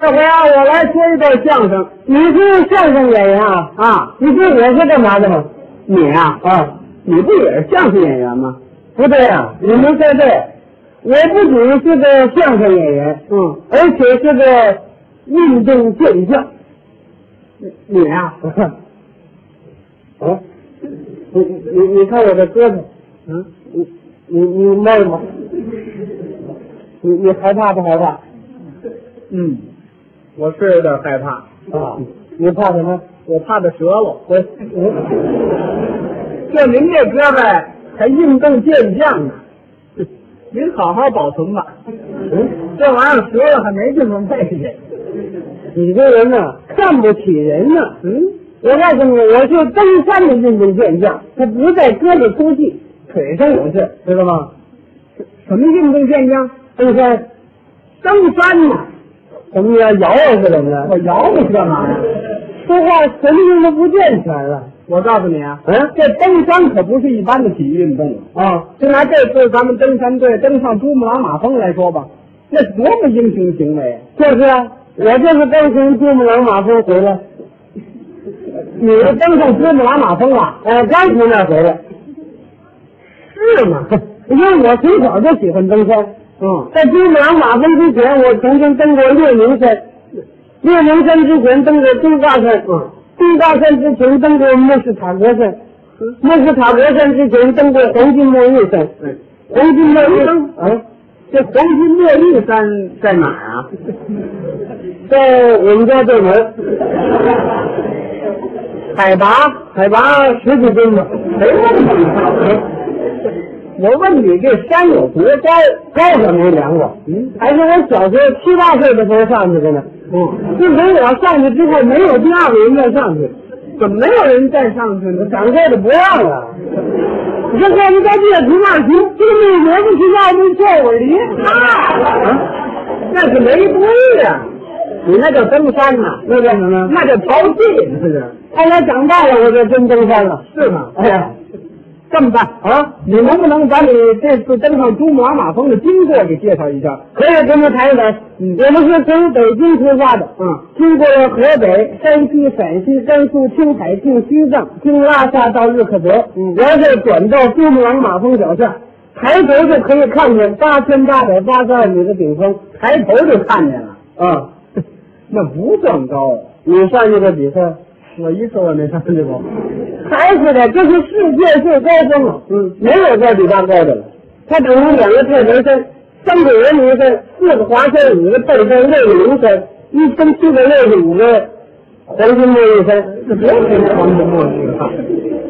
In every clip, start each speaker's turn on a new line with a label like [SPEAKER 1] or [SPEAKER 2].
[SPEAKER 1] 这回啊，我来说一段相声。
[SPEAKER 2] 你是相声演员啊？
[SPEAKER 1] 啊
[SPEAKER 2] 你说我是干嘛的吗？
[SPEAKER 1] 你啊，
[SPEAKER 2] 啊，
[SPEAKER 1] 你不也是相声演员吗？
[SPEAKER 2] 不对啊，你没猜对。我不仅是个相声演员，
[SPEAKER 1] 嗯，
[SPEAKER 2] 而且是个运动健将。
[SPEAKER 1] 你啊，
[SPEAKER 2] 啊，你你你看我的胳膊，
[SPEAKER 1] 嗯，
[SPEAKER 2] 你你你累吗？你你害怕不害怕？
[SPEAKER 1] 嗯，我是有点害怕，
[SPEAKER 2] 啊，你怕什么？
[SPEAKER 1] 我怕它折了。
[SPEAKER 2] 我我
[SPEAKER 1] 就您这胳膊还运动健将呢，您好好保存吧。
[SPEAKER 2] 嗯，
[SPEAKER 1] 这玩意儿折了还没地方配去。
[SPEAKER 2] 你这人呐、看不起人呐、
[SPEAKER 1] 嗯，
[SPEAKER 2] 我告诉你，我是登山的运动健将，我不在胳膊粗细，
[SPEAKER 1] 腿上有劲，
[SPEAKER 2] 知道吗？
[SPEAKER 1] 什么运动健将？
[SPEAKER 2] 登山，
[SPEAKER 1] 登山呢？
[SPEAKER 2] 怎么要摇摇是怎么的？
[SPEAKER 1] 我摇你干嘛呀？
[SPEAKER 2] 说话神经都不健全了。
[SPEAKER 1] 我告诉你啊，
[SPEAKER 2] 嗯
[SPEAKER 1] 这登山可不是一般的体育运动啊。
[SPEAKER 2] 啊，
[SPEAKER 1] 就拿这次咱们登山队登上珠穆朗玛峰来说吧，那多么英雄行为啊！
[SPEAKER 2] 就是啊，我这是刚从珠穆朗玛峰回来，
[SPEAKER 1] 你是登上珠穆朗玛峰了，
[SPEAKER 2] 呃，刚从那儿回来，
[SPEAKER 1] 是吗？
[SPEAKER 2] 因为我从小就喜欢登山。
[SPEAKER 1] 嗯，
[SPEAKER 2] 在珠穆朗玛峰之前，我曾经登过列宁山，列宁山之前登过东大山，
[SPEAKER 1] 嗯
[SPEAKER 2] 东大山之前登过莫斯塔格山
[SPEAKER 1] 嗯，
[SPEAKER 2] 莫斯塔格山之前登过黄金墨玉山，
[SPEAKER 1] 对，
[SPEAKER 2] 黄金墨玉
[SPEAKER 1] 嗯
[SPEAKER 2] 啊，
[SPEAKER 1] 这黄金墨玉山在哪儿 啊？
[SPEAKER 2] 在我们家对门，
[SPEAKER 1] 海拔？
[SPEAKER 2] 海拔十几公吧，
[SPEAKER 1] 谁问你啊？我问你这山有多高？
[SPEAKER 2] 高可没量过，
[SPEAKER 1] 嗯
[SPEAKER 2] 还是我小时候七八岁的时候上去的呢。
[SPEAKER 1] 嗯，
[SPEAKER 2] 自从我上去之后，没有第二个人再上去，
[SPEAKER 1] 怎么没有人再上去呢？
[SPEAKER 2] 掌柜的不让了。你这看，你家地下停下停，这个女萝卜去要你这我离。
[SPEAKER 1] 啊那是没对呀、你那叫登山呐、
[SPEAKER 2] 那干什么？
[SPEAKER 1] 那叫淘气，那是
[SPEAKER 2] 后来长大了，我就真登山了。
[SPEAKER 1] 是吗？
[SPEAKER 2] 哎呀，
[SPEAKER 1] 这么办，
[SPEAKER 2] 啊，
[SPEAKER 1] 你能不能把你这次登上珠穆朗玛峰的经过给介绍一下？
[SPEAKER 2] 可以跟您谈一谈。
[SPEAKER 1] 嗯
[SPEAKER 2] 我们是从北京出发的，
[SPEAKER 1] 嗯，
[SPEAKER 2] 经过了河北、山西、陕西、甘肃、青海、进西藏，经拉萨到日喀则，
[SPEAKER 1] 嗯
[SPEAKER 2] 然后再转到珠穆朗玛峰脚下，抬头就可以看见八千八百八十二米的顶峰。
[SPEAKER 1] 抬头就看见了，
[SPEAKER 2] 啊，
[SPEAKER 1] 那不算高啊！
[SPEAKER 2] 你上去过几次？
[SPEAKER 1] 我一次我没上去过。
[SPEAKER 2] 还是的，这是世界最高峰了，
[SPEAKER 1] 嗯，
[SPEAKER 2] 没有再比它高的了。它等于两个太平山、三个圆明山、四个华山、五个崂山、六个灵山，一分七个六十五个黄金墨玉山。
[SPEAKER 1] 这多没黄金墨玉啊！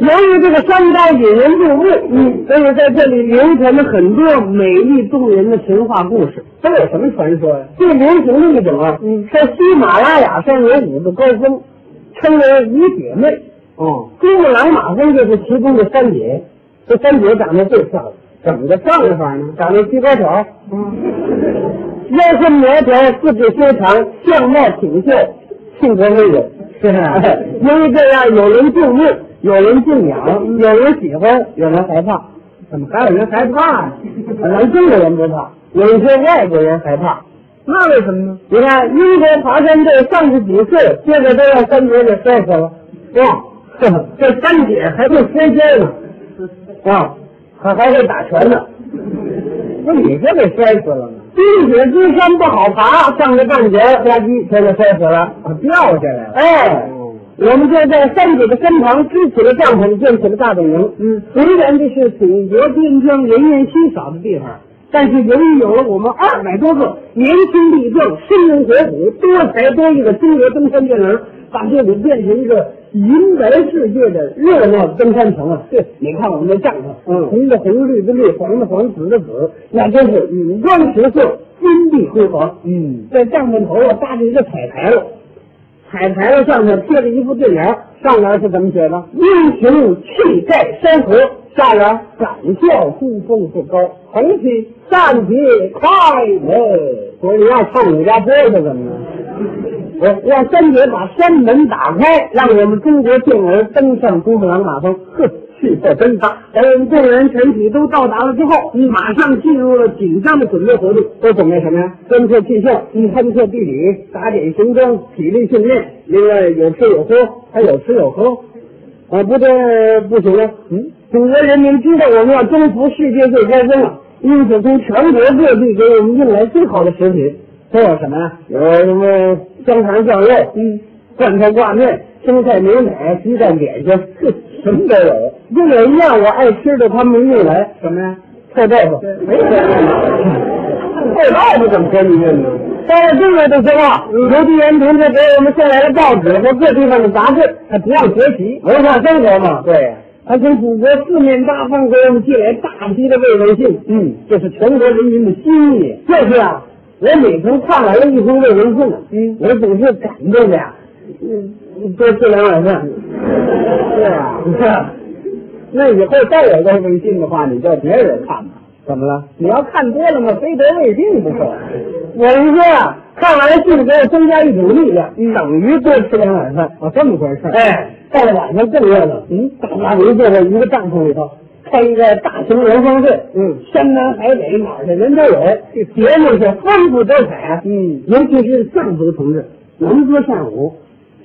[SPEAKER 2] 由于这个山高引人注目，嗯，所以在这里流传着很多美丽动人的神话故事。
[SPEAKER 1] 这有什么传说呀、
[SPEAKER 2] 最流行的一种啊，嗯，在喜马拉雅山有五个高峰，称为五姐妹。
[SPEAKER 1] 哦，
[SPEAKER 2] 珠穆朗玛峰就是其中的三姐，这三姐长得最漂亮，
[SPEAKER 1] 怎么个上法呢？
[SPEAKER 2] 长得七高挑，
[SPEAKER 1] 嗯，
[SPEAKER 2] 腰身苗条，四肢修长，相貌挺秀，性格温柔。
[SPEAKER 1] 是啊
[SPEAKER 2] 因为这样，有人敬慕，有人敬仰，有人喜欢，有人害怕。
[SPEAKER 1] 怎么还有人害怕呢？
[SPEAKER 2] 咱中国人不怕，有一些外国人害怕。
[SPEAKER 1] 那为什么呢？
[SPEAKER 2] 你看，英国爬山队上去几次，接着都让三姐给摔死了。
[SPEAKER 1] 哇，
[SPEAKER 2] 这三姐还会摔跤呢，啊，还还会打拳呢。
[SPEAKER 1] 那你这给摔死了呢？
[SPEAKER 2] 冰雪之山不好爬，上个半截儿，吧唧全给摔死了。
[SPEAKER 1] 啊，掉下来了。
[SPEAKER 2] 哎，我们就在三姐的身旁支起了帐篷，建起了大本营。
[SPEAKER 1] 嗯，
[SPEAKER 2] 虽然这是祖国边疆人烟稀少的地方，但是由于有了我们二百多个年轻力壮、生龙活虎、多才多艺的中国登山健儿，把这里变成一个银白世界的热闹登山城啊！对，你看我们的帐篷，
[SPEAKER 1] 嗯
[SPEAKER 2] 红的红，绿的绿，黄的黄，紫的紫，那真是五光十色，金碧辉煌。
[SPEAKER 1] 嗯，
[SPEAKER 2] 在帐篷头上啊搭着一个彩台了，彩台子上面贴着一副对联，上联是怎么写的？英雄气盖山河。下联展笑呼风不高，横批战旗开门。不是你要唱武家坡是怎么着？我让三姐把山门打开，让我们中国健儿登上珠穆朗玛峰。哼，气魄真大，
[SPEAKER 1] 等众人全体都到达了之后，
[SPEAKER 2] 嗯
[SPEAKER 1] 马上进入了紧张的准备活动。
[SPEAKER 2] 都准备什么嗯呀？侦测气象，勘测地理，打点行踪，体力训练。另外有吃有喝，还有吃有喝。啊，不这不行啊！嗯，祖国人民知道我们要征服世界最高峰了，因此从全国各地给我们运来最好的食品。都有什么呀？有什么香肠酱肉，
[SPEAKER 1] 嗯，
[SPEAKER 2] 罐头挂面、生菜牛奶、哎鸡蛋点心，哼什么都有。就有一样我爱吃的，他们没运来，哎什么呀？臭豆腐，没有。臭豆腐怎么给你运呢？到了这个的时候，啊邮递员同志给我们送来了报纸和各地方的杂志，还不让学习，文化生活嘛。对，还从祖国四面八方给我们寄来大批的慰问信。嗯，这是全国人民的心意。就是啊，我每逢看完了一封慰问信，嗯，我总是感动的呀，嗯，多吃两碗饭。
[SPEAKER 1] 对啊，
[SPEAKER 2] 你看， 那以后再有这微信的话，你叫别人看吧。怎么了？
[SPEAKER 1] 你要看多了嘛，非得胃病不可。
[SPEAKER 2] 我是说啊，看完了信给我增加一股力量，等于多吃两碗饭。
[SPEAKER 1] 哦，这么回事儿
[SPEAKER 2] 嗯哎，到了晚上更热闹。嗯，大家围坐在一个帐篷里头，开一个大型联欢会。
[SPEAKER 1] 嗯，
[SPEAKER 2] 山南海北哪儿的人都有，这节目是丰富多彩。啊
[SPEAKER 1] 嗯，
[SPEAKER 2] 尤其是藏族同志，能歌善舞，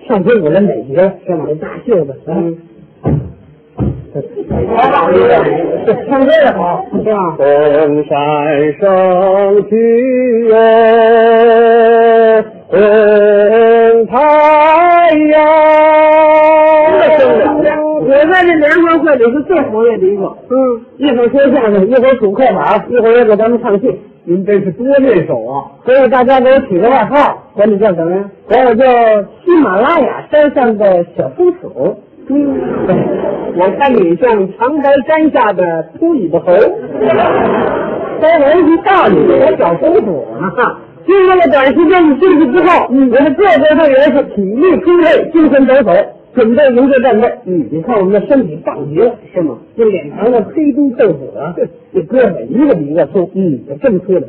[SPEAKER 2] 唱起我的美节来，是吧？大袖子，
[SPEAKER 1] 嗯，
[SPEAKER 2] 这唱歌也好，是吧？
[SPEAKER 3] 红山上去哟，红太
[SPEAKER 2] 这声
[SPEAKER 3] 阳。
[SPEAKER 2] 的。
[SPEAKER 1] 我在这联欢会里是最活跃的一个。
[SPEAKER 2] 嗯，一会儿说相声，一会儿数快板，一会儿又给咱们唱戏。
[SPEAKER 1] 您真是多练手啊！
[SPEAKER 2] 所以大家给我起个外号，管你叫什么呀？管我叫喜马拉雅山上的小松鼠。嗯，
[SPEAKER 1] 我看你像长白山下的秃尾 巴猴，
[SPEAKER 2] 三文一到你我小松鼠啊！经过了短时间的训练之后，我们各国队员是体力充沛，精神抖擞，准备迎接战斗。嗯，你看我们的身体棒极了，
[SPEAKER 1] 是吗？
[SPEAKER 2] 这脸庞的黑都豆腐 啊，这胳膊一个比一个粗，嗯，有这么粗的，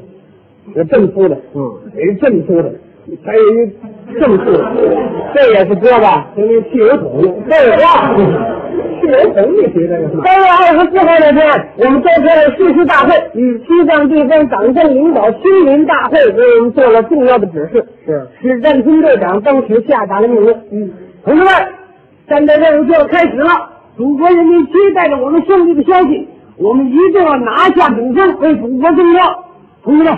[SPEAKER 2] 有这么 粗的，
[SPEAKER 1] 嗯，
[SPEAKER 2] 有这么粗的，还有一这么粗的，这也是胳膊，因为汽油桶，废话，汽油桶你觉得是三月二十四号那天，我们召开了誓师大会，嗯，西藏地方党政领导亲临大会，为我们做了重要的指示，
[SPEAKER 1] 是
[SPEAKER 2] 指战厅队长当时下达了命令，
[SPEAKER 1] 嗯，
[SPEAKER 2] 同志们，战斗任务就要开始了，祖国人民期待着我们胜利的消息，我们一定要拿下古镇，为祖国争光。同志们，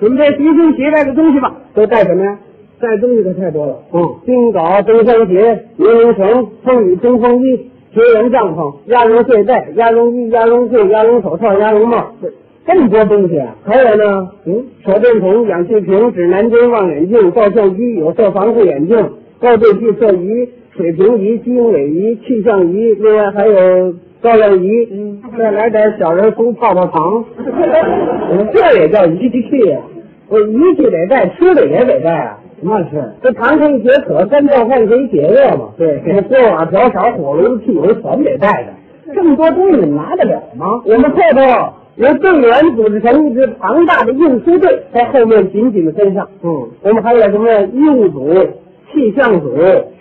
[SPEAKER 2] 准备随身携带的东西吧，都带什么呀？
[SPEAKER 1] 带东西的太多了。
[SPEAKER 2] 嗯，冰镐、登山鞋、游泳绳、风雨冲锋衣、绝缘帐篷、鸭绒睡袋、鸭绒衣、鸭绒裤、鸭绒手套、鸭绒帽，这么多东西啊！还有呢，嗯，手电筒、氧气瓶、指南针、望远镜、照相机、有色防护眼镜、高倍计测仪、水平仪、机动尾仪、气象仪，另外还有照亮仪，嗯，再来点小人工泡泡糖，这也叫仪器呀、我仪器得带，吃的也得带啊。
[SPEAKER 1] 那是，
[SPEAKER 2] 这糖可以解渴，干燥饭可以解热嘛。
[SPEAKER 1] 对
[SPEAKER 2] 这锅碗瓢勺、火炉子、汽油全得带着。这么多东西你拿得了吗？我们后头由队员组织成一支庞大的运输队，在后面紧紧的跟上。
[SPEAKER 1] 嗯，
[SPEAKER 2] 我们还有什么医务组、气象组、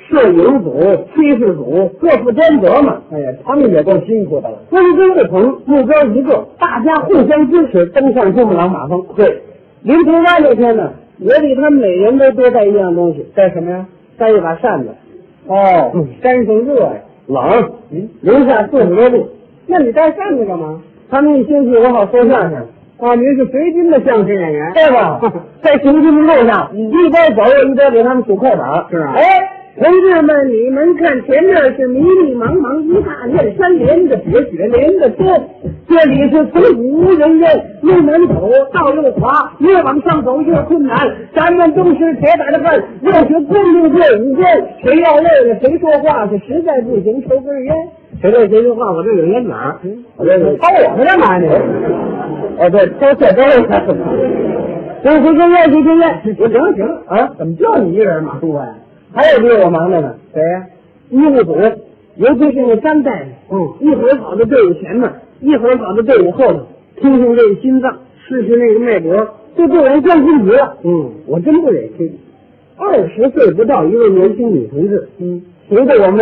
[SPEAKER 2] 摄影组、炊事组，各负兼责嘛。
[SPEAKER 1] 哎呀，他们也够辛苦的了。
[SPEAKER 2] 分工不同，目标一个，大家互相支持，登上珠穆朗玛峰。对，临平安那天呢，我比他们每人都多带一样东西，
[SPEAKER 1] 带什么呀？
[SPEAKER 2] 带一把扇子。
[SPEAKER 1] 哦
[SPEAKER 2] 嗯，山上热呀，
[SPEAKER 3] 冷，
[SPEAKER 1] 嗯
[SPEAKER 2] 零下四十多度。
[SPEAKER 1] 那你带扇子干嘛？
[SPEAKER 2] 他们一星期我好说相声，
[SPEAKER 1] 啊，您是随军的相声演员。
[SPEAKER 2] 对 吧？在行军的路上，一边走一边给他们数快板。
[SPEAKER 1] 嗯是啊
[SPEAKER 2] 哎，
[SPEAKER 1] 同志们，你们看，前面是迷迷茫茫一大片山，连着雪，雪连着坡，
[SPEAKER 2] 这里是从无人烟，
[SPEAKER 1] 路难走，道又滑，越往上走越困难。咱们都是铁打的汉，又是工兵队伍间，谁要累了谁说话去，实在不行抽根 烟。
[SPEAKER 2] 谁对谁说话，我这有烟卷儿，我这是
[SPEAKER 1] 掏我们干嘛呢？
[SPEAKER 2] 哦，对，抽这都是。谁谁抽烟，谁抽烟。
[SPEAKER 1] 我行行
[SPEAKER 2] 啊
[SPEAKER 1] 怎么就你一人马叔啊？
[SPEAKER 2] 还有比我忙的呢，
[SPEAKER 1] 谁呀？
[SPEAKER 2] 医务组，尤其是那张大夫，
[SPEAKER 1] 嗯，
[SPEAKER 2] 一会儿跑到队伍前面，一会儿跑到队伍后头，听听这个心脏，试试那个脉搏，这队员真辛苦了。
[SPEAKER 1] 嗯，
[SPEAKER 2] 我真不忍心，二十岁不到一位年轻女同志，
[SPEAKER 1] 嗯，
[SPEAKER 2] 随着我们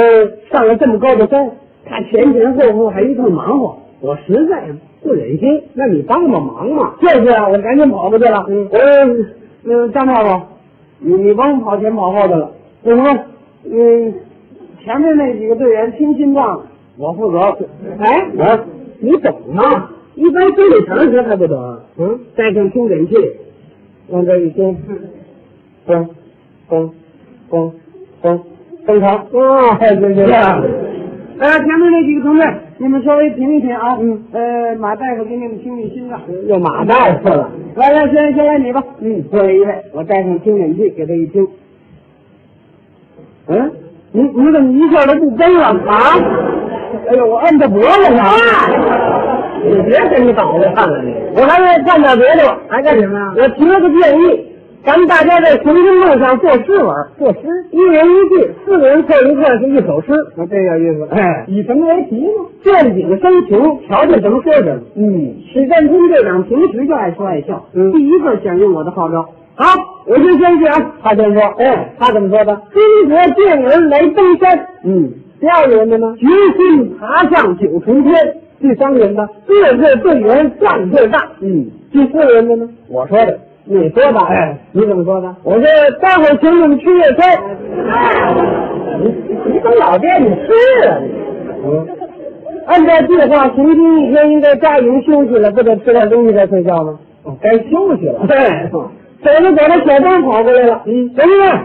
[SPEAKER 2] 上了这么高的山，他前前后后还一通忙活，我实在不忍心，那你帮帮忙嘛。
[SPEAKER 1] 就是啊，我赶紧跑过去了。
[SPEAKER 2] 嗯
[SPEAKER 1] 我说
[SPEAKER 2] 嗯，张太太，你你甭跑前跑后的了，怎么？嗯，前面那几个队员听心脏，我负责。
[SPEAKER 1] 哎，
[SPEAKER 2] 啊，
[SPEAKER 1] 你懂吗？
[SPEAKER 2] 一般心理常识还不懂，
[SPEAKER 1] 嗯，
[SPEAKER 2] 带上听诊器，往这一听，嘣嘣嘣嘣，正常。
[SPEAKER 1] 啊，对对对，
[SPEAKER 2] 呃，前面那几个同志，你们稍微停一停啊。嗯。呃，马大夫给你们听听心脏。
[SPEAKER 1] 又马大夫了。
[SPEAKER 2] 来来，先先来你吧。嗯，坐一位，我带上听诊器给他一听。嗯，你你怎么一下都不背了啊？哎呦，我摁着脖子呢。
[SPEAKER 1] 你别跟着倒着看了，你
[SPEAKER 2] 我还没干点别的了，
[SPEAKER 1] 还干什么呀？
[SPEAKER 2] 我提了个建议，咱们大家在雄心路上作诗玩，
[SPEAKER 1] 作诗。
[SPEAKER 2] 一人一句，四个人凑一块是一首诗。
[SPEAKER 1] 那这有意思。
[SPEAKER 2] 哎，
[SPEAKER 1] 以什么为题呢？
[SPEAKER 2] 见景生情，瞧见什么说什么。
[SPEAKER 1] 嗯，
[SPEAKER 2] 史占军队长平时就爱说爱笑，
[SPEAKER 1] 嗯
[SPEAKER 2] 第一个响应我的号召。
[SPEAKER 1] 好，
[SPEAKER 2] 我就先这样，
[SPEAKER 1] 他先说。
[SPEAKER 2] 哎
[SPEAKER 1] 他怎么说的？
[SPEAKER 2] 中国健儿来登山，
[SPEAKER 1] 嗯，
[SPEAKER 2] 第二个人的呢？决心爬上九重天。
[SPEAKER 1] 第三个人呢？
[SPEAKER 2] 各个队员干最大。
[SPEAKER 1] 嗯，
[SPEAKER 2] 第四个人的呢？
[SPEAKER 1] 我说的。
[SPEAKER 2] 你说吧。
[SPEAKER 1] 哎，你怎么说的？
[SPEAKER 2] 我这待会儿请你们吃夜宵。
[SPEAKER 1] 你你怎么老惦记吃啊？你
[SPEAKER 2] 嗯按照计划，平均一天应该扎营休息了，不得吃点东西再睡觉吗？
[SPEAKER 1] 嗯，该休息了。
[SPEAKER 2] 对，走着走着，小张跑过来了。
[SPEAKER 1] 嗯
[SPEAKER 2] 同志们，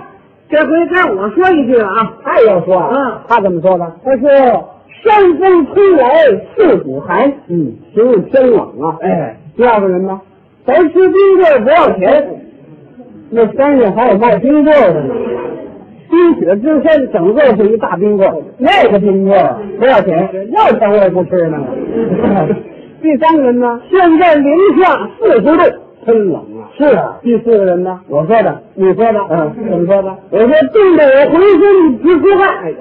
[SPEAKER 2] 这回该我说一句了啊。
[SPEAKER 1] 他也要说
[SPEAKER 2] 嗯
[SPEAKER 1] 啊。他怎么说的？
[SPEAKER 2] 他说：“山风吹来刺骨寒，
[SPEAKER 1] 嗯，
[SPEAKER 2] 形容天冷啊。
[SPEAKER 1] 哎，
[SPEAKER 2] 第二个人呢，咱吃冰棍儿不要钱，那山上还有卖冰棍儿的呢。冰雪之山整个是一大冰棍儿，
[SPEAKER 1] 那个冰棍儿
[SPEAKER 2] 不要钱。
[SPEAKER 1] 要钱我也不 吃呢。
[SPEAKER 2] 第三个人呢，现在零下四十度，
[SPEAKER 1] 真冷啊！
[SPEAKER 2] 是啊。第四个人呢，
[SPEAKER 1] 我说的，
[SPEAKER 2] 你说的，
[SPEAKER 1] 嗯，怎么说的？
[SPEAKER 2] 我说冻得我浑身直啊出汗，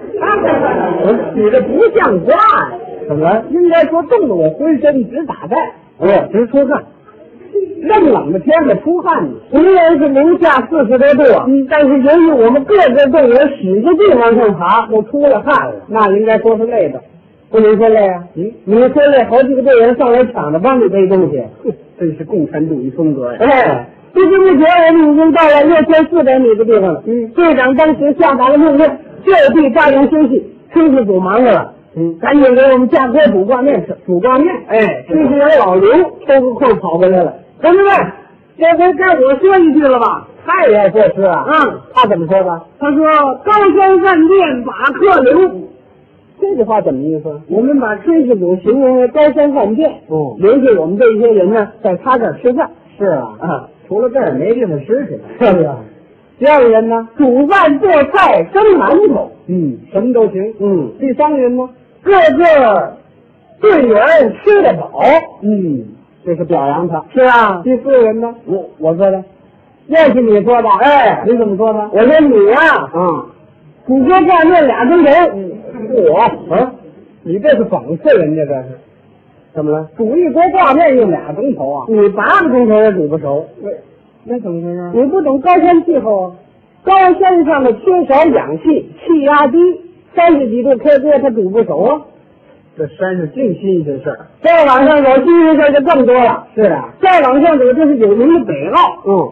[SPEAKER 1] 你这不像话呀！怎么了？应该说冻得我浑身直打颤，
[SPEAKER 2] 哎
[SPEAKER 1] 直出汗。那么冷的天可出汗呢。
[SPEAKER 2] 虽然是零下四十多度啊，
[SPEAKER 1] 嗯
[SPEAKER 2] 但是由于我们各个队员使着劲往上爬，都出了汗了，
[SPEAKER 1] 那应该说是累的。
[SPEAKER 2] 不能说累啊。
[SPEAKER 1] 嗯，
[SPEAKER 2] 你们说累，好几个队员上来抢着帮你背东西。
[SPEAKER 1] 哼真是共产主义风格呀！
[SPEAKER 2] 哎，不知不觉我们已经到了六千四百米的地方了。
[SPEAKER 1] 嗯
[SPEAKER 2] 队长当时下达了命令，就地扎营休息。炊事组忙活了，
[SPEAKER 1] 嗯，
[SPEAKER 2] 赶紧给我们下锅煮挂面吃。
[SPEAKER 1] 煮挂面，
[SPEAKER 2] 哎，炊事员老刘抽个空跑回来了，同志们，这回该我说一句了吧？
[SPEAKER 1] 他也要作诗啊。
[SPEAKER 2] 嗯，
[SPEAKER 1] 他怎么说的？
[SPEAKER 2] 他说：“高山饭店把客流。”
[SPEAKER 1] 这句话怎么意思？
[SPEAKER 2] 我们把炊事组形容为高山饭店，
[SPEAKER 1] 哦
[SPEAKER 2] 留下我们这些人呢，在他这儿吃饭。
[SPEAKER 1] 是啊，
[SPEAKER 2] 啊，
[SPEAKER 1] 除了这儿没地方吃去了。
[SPEAKER 2] 是啊第二个人呢，煮饭做菜蒸馒头，
[SPEAKER 1] 嗯，什么都行。
[SPEAKER 2] 嗯，
[SPEAKER 1] 第三个人呢？
[SPEAKER 2] 各个队员吃得饱。
[SPEAKER 1] 嗯，这是表扬他。
[SPEAKER 2] 是啊，
[SPEAKER 1] 第四个人呢？我我说的，
[SPEAKER 2] 那是你说的。哎，
[SPEAKER 1] 你怎么说的？
[SPEAKER 2] 我说你呀、
[SPEAKER 1] 啊，
[SPEAKER 2] 你说挂面俩钟头，
[SPEAKER 1] 我啊，你这是讽刺人家这是？怎么了？煮一锅挂面用俩钟头啊？
[SPEAKER 2] 你八个钟头也煮不熟，
[SPEAKER 1] 那怎么回事？
[SPEAKER 2] 你不懂高山气候啊。高山上的缺少氧气，气压低，三十几度开锅它煮不熟啊。
[SPEAKER 1] 这山上净新鲜事儿。
[SPEAKER 2] 再往上走，新鲜事儿就更多了。
[SPEAKER 1] 是啊，
[SPEAKER 2] 再往上走，就是有名的北澳，
[SPEAKER 1] 嗯，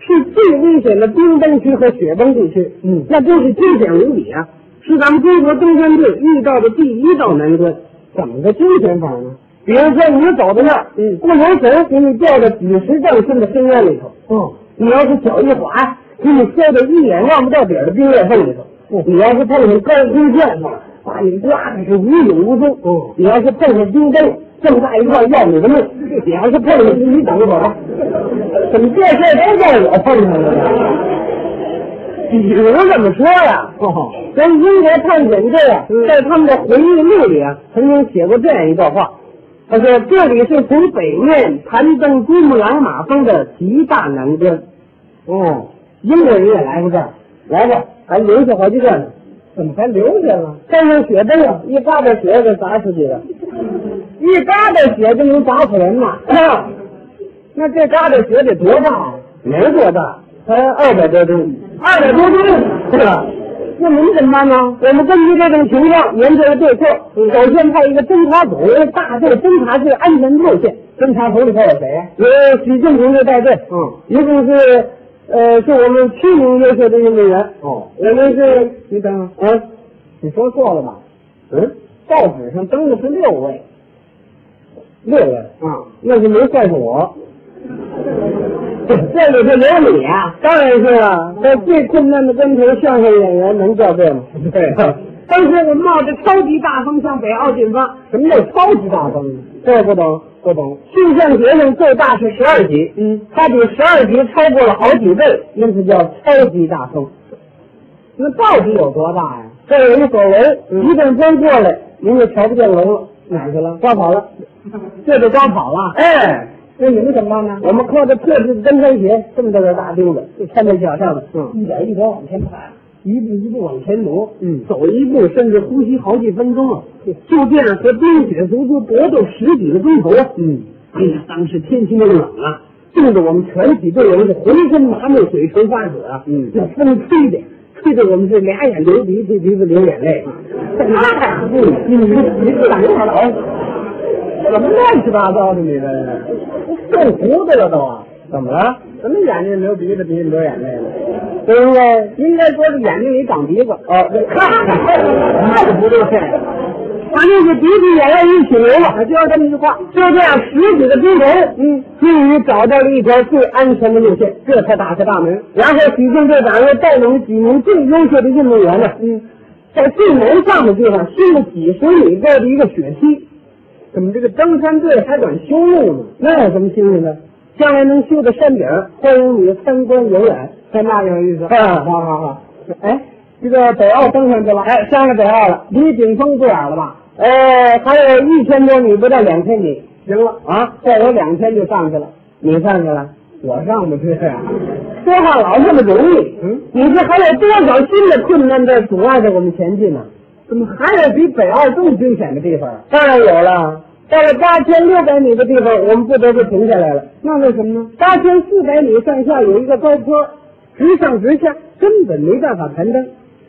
[SPEAKER 2] 是最危险的冰崩区和雪崩地区。
[SPEAKER 1] 嗯
[SPEAKER 2] 那真是惊险无比啊！是咱们中国登山队遇到的第一道难关。
[SPEAKER 1] 怎么个精神法呢？
[SPEAKER 2] 比如说，你走到那儿，
[SPEAKER 1] 嗯
[SPEAKER 2] 不留神给你掉到几十丈深的深渊里头，
[SPEAKER 1] 哦，
[SPEAKER 2] 你要是脚一滑，给你摔到一眼望不到底儿的冰裂缝里头。
[SPEAKER 1] 嗯
[SPEAKER 2] 你要是碰上高空旋风，把你刮的是无影无踪。
[SPEAKER 1] 嗯
[SPEAKER 2] 你要是碰上冰灯，这么大一块要你的 命。你要是碰上，你等会儿吧，怎么这事儿都在我碰上了呢？比如怎么说呀、
[SPEAKER 1] 哦，
[SPEAKER 2] 咱英国探险队啊
[SPEAKER 1] 嗯，
[SPEAKER 2] 在他们的回忆录里啊，曾经写过这样一段话，他说：“这里是从北面攀登珠穆朗玛峰的极大难关。
[SPEAKER 1] 哦，
[SPEAKER 2] 英国人也来过这儿，来过，还留下好几个呢。
[SPEAKER 1] 怎么还留下了？
[SPEAKER 2] 山上雪崩啊，一疙瘩雪给砸死几个，
[SPEAKER 1] 一疙瘩血就能砸死 人呐！那这疙瘩血得多大呀？
[SPEAKER 2] 没多大，才二百多吨，
[SPEAKER 1] 二百多斤，是吧？
[SPEAKER 2] 那您怎么办呢？我们根据这种情况研究了对策，首先派一个侦察组，大队侦察队安全路线。
[SPEAKER 1] 侦察头里头有谁呀？
[SPEAKER 2] 有许正平的带队，
[SPEAKER 1] 嗯，
[SPEAKER 2] 一共是呃，是我们七名优秀的运动员，
[SPEAKER 1] 哦，
[SPEAKER 2] 我们是
[SPEAKER 1] 你等会
[SPEAKER 2] 嗯
[SPEAKER 1] 你说错了吧？
[SPEAKER 2] 嗯
[SPEAKER 1] 报纸上登的是六位
[SPEAKER 2] 六位，
[SPEAKER 1] 啊，
[SPEAKER 2] 那就没算上 我，
[SPEAKER 1] 这里头有你啊！
[SPEAKER 2] 当然是啊，在最困难的关头，相声演员能掉队吗？
[SPEAKER 1] 对
[SPEAKER 2] 啊但是我冒
[SPEAKER 1] 冒着超级大风向北澳进发，
[SPEAKER 2] 什么叫超级大风呢？这不懂，
[SPEAKER 1] 不懂？
[SPEAKER 2] 气象学上最大是十二级，
[SPEAKER 1] 嗯，
[SPEAKER 2] 它比十二级超过了好几倍，因此叫超级大风。
[SPEAKER 1] 那到底有多大呀？
[SPEAKER 2] 这有一所楼，
[SPEAKER 1] 嗯
[SPEAKER 2] 一阵风过来，您就瞧不见楼了，
[SPEAKER 1] 哪儿去了？
[SPEAKER 2] 刮跑 了。
[SPEAKER 1] 这就抓跑了。
[SPEAKER 2] 哎，
[SPEAKER 1] 那你们怎么办呢？
[SPEAKER 2] 我们靠着特制的登山鞋，这么大个大钉子，就穿在脚上了，
[SPEAKER 1] 嗯
[SPEAKER 2] 一点一点往前爬，一步一步往前挪，
[SPEAKER 1] 嗯
[SPEAKER 2] 走一步甚至呼吸好几分钟啊，就这样和冰雪足足搏斗十几个钟头啊，
[SPEAKER 1] 嗯，
[SPEAKER 2] 哎呀，当时天气又冷啊，冻得我们全体队员是浑身麻木、嘴唇发紫啊。
[SPEAKER 1] 嗯
[SPEAKER 2] 那风吹的，吹得我们是俩眼流鼻涕，鼻子流眼 泪。那不
[SPEAKER 1] 嗯
[SPEAKER 2] 你你嗯你怎么了？啊
[SPEAKER 1] 怎么乱七八糟的？你这是
[SPEAKER 2] 冻糊涂了都啊！
[SPEAKER 1] 怎么了？怎么眼睛流鼻子，鼻子流眼泪了？
[SPEAKER 2] 对不对？
[SPEAKER 1] 应该说是眼睛里长鼻子。
[SPEAKER 2] 哦，
[SPEAKER 1] 那
[SPEAKER 2] 那
[SPEAKER 1] 不对，
[SPEAKER 2] 反正是鼻涕眼泪一起流了。
[SPEAKER 1] 就要这么一句话。
[SPEAKER 2] 就这样十几个钟头，嗯，终于找到了一条最安全的路线，这才打开大门。然后许正队长又带领几名最优秀的运动员呢，
[SPEAKER 1] 嗯，
[SPEAKER 2] 在最难上的地方修了几十米高的一个雪梯，
[SPEAKER 1] 怎么这个登山队还管修路呢？
[SPEAKER 2] 那有什么新鲜的？将来能修到山顶，欢迎你参观游览。
[SPEAKER 1] 这那有意思。
[SPEAKER 2] 啊
[SPEAKER 1] 好好好。
[SPEAKER 2] 哎，
[SPEAKER 1] 这个北澳登上去了，
[SPEAKER 2] 哎，上了北澳了，
[SPEAKER 1] 离顶峰不远了吧？
[SPEAKER 2] 呃，还有一千多米，不到两千米
[SPEAKER 1] 行了，
[SPEAKER 2] 啊！
[SPEAKER 1] 再有两天就上去了，
[SPEAKER 2] 你上去了，
[SPEAKER 1] 我上不去呀、
[SPEAKER 2] 说话老这么容易，
[SPEAKER 1] 嗯，
[SPEAKER 2] 你这还有多少新的困难在阻碍着我们前进呢、
[SPEAKER 1] 怎么还有比北澳更惊险的地方啊？
[SPEAKER 2] 当然有了，到了八千六百米的地方，我们不得不停下来了。
[SPEAKER 1] 那为什么呢？
[SPEAKER 2] 八千四百米上下有一个高坡，直上直下，
[SPEAKER 1] 根本没办法攀登。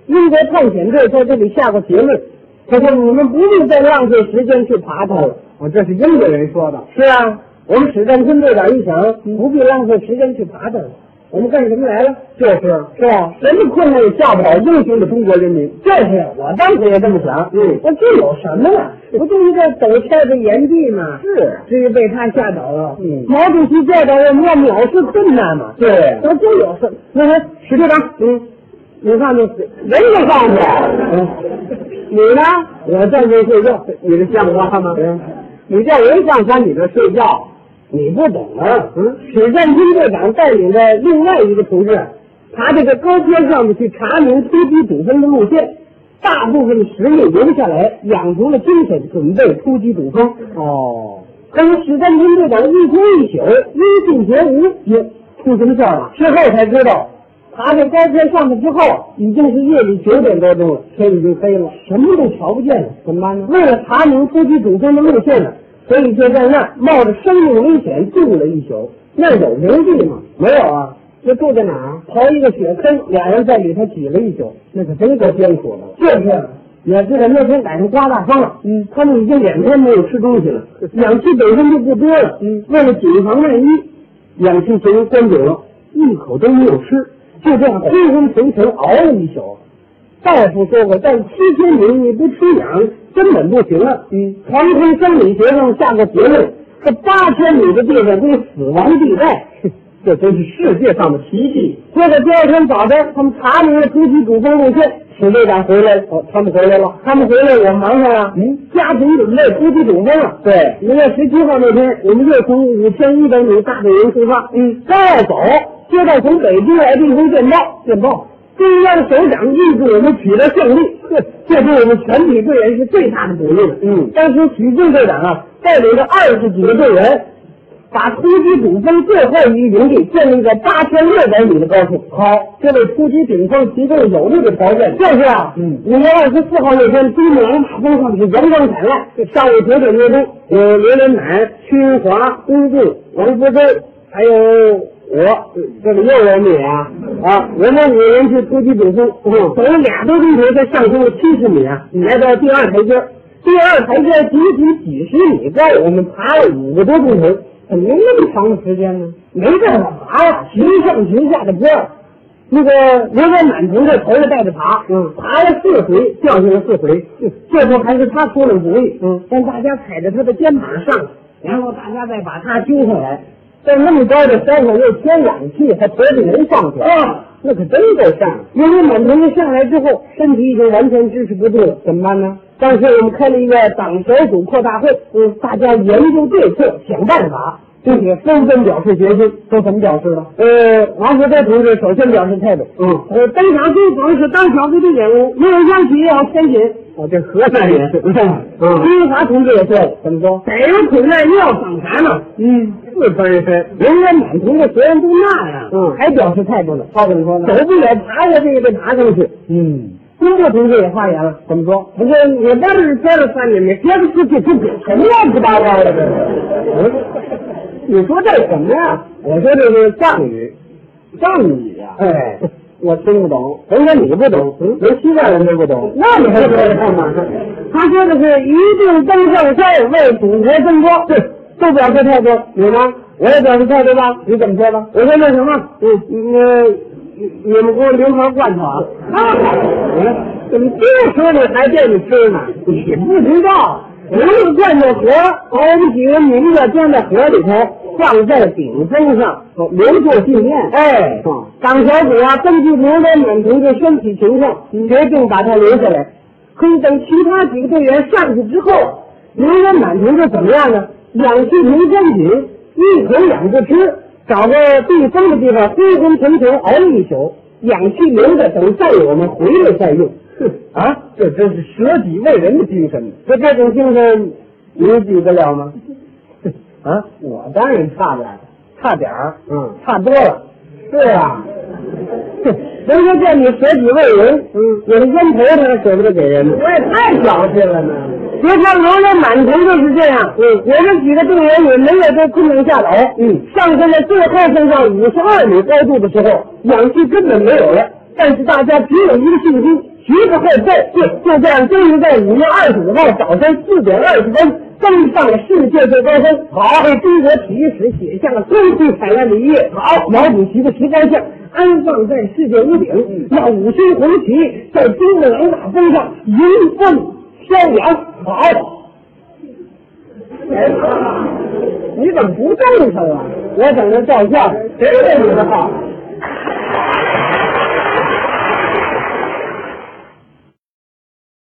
[SPEAKER 2] 英国探险队在这里下过结论，他说你们不必再浪费时间去爬它了。
[SPEAKER 1] 我哦这是英国人说的。
[SPEAKER 2] 是啊，我们史占坤队长一想，不必浪费时间去爬它了。我们干什么来了？
[SPEAKER 1] 就是，
[SPEAKER 2] 是啊，什么困难也吓不倒英雄的中国人民。就是，我当时也这么想。
[SPEAKER 1] 嗯
[SPEAKER 2] 我这有什么呀？不就一个陡峭的岩壁吗？
[SPEAKER 1] 是
[SPEAKER 2] 至于被他吓倒了。
[SPEAKER 1] 嗯
[SPEAKER 2] 毛主席教导我们要藐视困难嘛。
[SPEAKER 1] 对
[SPEAKER 2] 那就有什么？那还史队长，嗯，你上去，人就上去。嗯，你呢？我在这睡觉，
[SPEAKER 1] 你这像话吗？
[SPEAKER 2] 嗯你叫人上山，你这睡觉，你不懂啊。
[SPEAKER 1] 嗯，
[SPEAKER 2] 史占军队长带领着另外一个同志，爬这个高坡上面去查明突击主峰的路线，大部分实力留下来，养足了精神，准备突击主峰。
[SPEAKER 1] 哦，
[SPEAKER 2] 可是史占军队长一天一宿，音信绝无，也出什么事儿了？事后才知道，爬这高坡上去之后，已经是夜里九点多钟了，天已经黑了，什么都瞧不见了。
[SPEAKER 1] 怎么办呢？
[SPEAKER 2] 为了查明突击主峰的路线呢，所以就在那儿冒着生命危险住了一宿。那儿有营地吗？
[SPEAKER 1] 没有啊，
[SPEAKER 2] 这住在哪儿？刨一个雪坑，俩人在里头挤了一宿。
[SPEAKER 1] 那可真够艰苦的。
[SPEAKER 2] 就是，也是那天赶上刮大风了，
[SPEAKER 1] 嗯，
[SPEAKER 2] 他们已经两天没有吃东西了，氧气本身就不多了，
[SPEAKER 1] 嗯
[SPEAKER 2] 为了谨防万一，氧气瓶关紧了，一口都没有吃，就这样昏昏沉沉熬了一宿。大夫说过，在七天里你不吃氧根本不行啊。
[SPEAKER 1] 嗯，
[SPEAKER 2] 航空生理学上下过结论，这八千米的地方归死亡地带。
[SPEAKER 1] 这真是世界上的奇迹。
[SPEAKER 2] 接着第二天早晨，他们查明了突击主峰路线，史队长回来了，哦，他们回来了，他们回来，我们忙上了，
[SPEAKER 1] 嗯，
[SPEAKER 2] 加紧准备突击主峰了。
[SPEAKER 1] 对，
[SPEAKER 2] 五月十七号那天，我们又从五千一百米大本营出发，
[SPEAKER 1] 嗯，
[SPEAKER 2] 刚要走，接到从北京来的一封电报，
[SPEAKER 1] 电报。
[SPEAKER 2] 中央首长预祝我们取得胜利，这对我们全体队员是最大的鼓励了。
[SPEAKER 1] 嗯
[SPEAKER 2] 当时许正队长啊，带领着二十几个队员，把突击主峰最后一营地建立在八千六百米的高处。好，这为突击顶峰提供了有利的条件。就是啊，
[SPEAKER 1] 嗯
[SPEAKER 2] 五月二十四号那天，珠穆朗玛峰上是阳光灿烂，上午九点多钟，有刘连满、屈华、龚俊、王福洲，还有我，这里又有你啊。啊，我们五人去突击比赛，走了俩多钟头才上升了七十米啊，来到第二台阶儿。第二台阶儿仅仅几十米高，我们爬了五个多钟头，怎么那么长的时间呢？没办法爬呀，群上群下的坡儿。那个刘老满同志头着带着爬，嗯，爬了四回，掉下来四回，最后还是他出了主意，嗯，让大家踩着他的肩膀上，然后大家再把他揪上来。在那么高的山上又缺氧气，还驮着人上去，啊，那可真够上。刘老满同志上来之后，身体已经完全支持不住了，怎么办呢？当时我们开了一个党小组扩大会，嗯，大家研究对策，想办法。并且纷纷表示决心，都怎么表示了？呃，王学飞同志首先表示态度，嗯，呃，登场队长是当小队的人物，没有央企也要先紧。哦，这河南人，嗯，金华同志也对，怎么说？逮着苦难又要赏罚嘛，嗯，四分一分。人家满同志虽然都那样，嗯，还表示态度呢。他怎么说呢？走不了，爬下去也得爬上去。嗯，中国同志也发言了，怎么说？我说你那是说了三年没，别的事情就什么乱七八糟的，这是。你说这什么呀？我说这是藏语，藏语呀、哎，我听不懂，甭说你不懂，连西藏人都不懂。嗯那你还说得上吗？他说的是一定登上山，为祖国争光。对，都表示态度，你呢？我也表示态度吧？你怎么说的？我说那什么，嗯，那、你你们给我留盒罐头啊！嗯，怎么这时候你还惦记吃呢？你不知道。没有灌到河，把我们几个名字装在河里头，放在顶峰上，哦留作纪念。哎，党小组啊，根据刘连满同志身体情况，决定把他留下来。可是等其他几个队员上去之后，刘连满同志怎么样呢？氧气瓶装紧，一口氧不吃，找个避风的地方昏昏沉沉熬了一宿，氧气留着，等战友们回来再用。哼啊，这真是舍己为人的精神。这这种精神，你比得了吗？啊，我当然差点儿，差点儿，嗯，差多了。是啊，哼 人家叫你舍己为人，嗯，我的烟头他都舍不得给人呢。我也太小气了呢。别看罗家满城都是这样，嗯，我们几个队员也没有被困难下来，嗯，上升到最后剩下五十二米高度的时候，氧气根本没有了，但是大家只有一个信心，绝不后退，就就这样，终于在五月二十五号早晨四点二十分登上了世界最高峰，好，为中国体育史写下了光辉灿烂的一页。好，毛主席的石膏像安放在世界屋顶，那五星红旗在金的朗大峰上迎风飘扬。哎好，你怎么不正常啊？我等着照相，谁给你的号？